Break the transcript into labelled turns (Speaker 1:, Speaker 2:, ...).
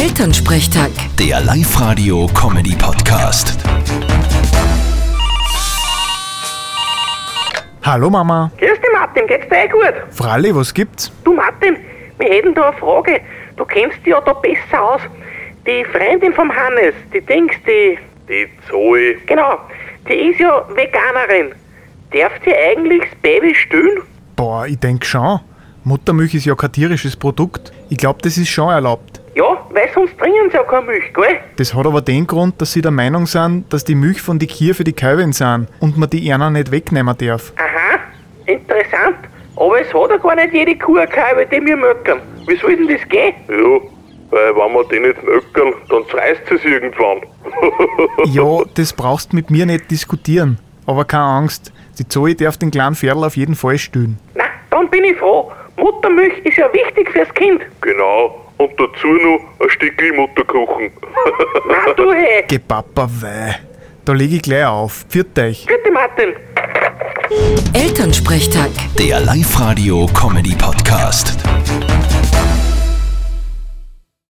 Speaker 1: Elternsprechtag.
Speaker 2: Der Live-Radio-Comedy-Podcast.
Speaker 3: Hallo Mama.
Speaker 4: Grüß dich, Martin, geht's dir eh gut?
Speaker 3: Fralli, was gibt's?
Speaker 4: Du, Martin, wir hätten da eine Frage. Du kennst dich ja da besser aus. Die Freundin vom Hannes, die Dings, die.
Speaker 5: Die Zoe,
Speaker 4: Genau, die ist ja Veganerin. Darf die eigentlich das Baby stillen?
Speaker 3: Boah, ich denk schon. Muttermilch ist ja kein tierisches Produkt. Ich glaub, das ist schon erlaubt.
Speaker 4: Ja, weil sonst trinken sie ja keine Milch, gell?
Speaker 3: Das hat aber den Grund, dass sie der Meinung sind, dass die Milch von die Kühe für die Kälbchen sind und man die einer nicht wegnehmen darf.
Speaker 4: Aha, interessant. Aber es hat ja gar nicht jede Kuh eine Kalbe, die wir möckern. Wie soll denn das gehen?
Speaker 5: ja, weil wenn wir die nicht möckern, dann zerreißt es irgendwann.
Speaker 3: Ja, das brauchst mit mir nicht diskutieren. Aber keine Angst, die Zoe darf den kleinen Ferl auf jeden Fall stillen.
Speaker 4: Na, dann bin ich froh. Muttermilch ist ja wichtig fürs Kind.
Speaker 5: genau, und dazu noch ein Stückchen Mutterkuchen.
Speaker 4: Na, du, hey.
Speaker 3: Geh Papa, weh. Da leg ich gleich auf. Viert euch.
Speaker 4: Bitte, Martin.
Speaker 1: Elternsprechtag.
Speaker 2: Der Live-Radio-Comedy-Podcast.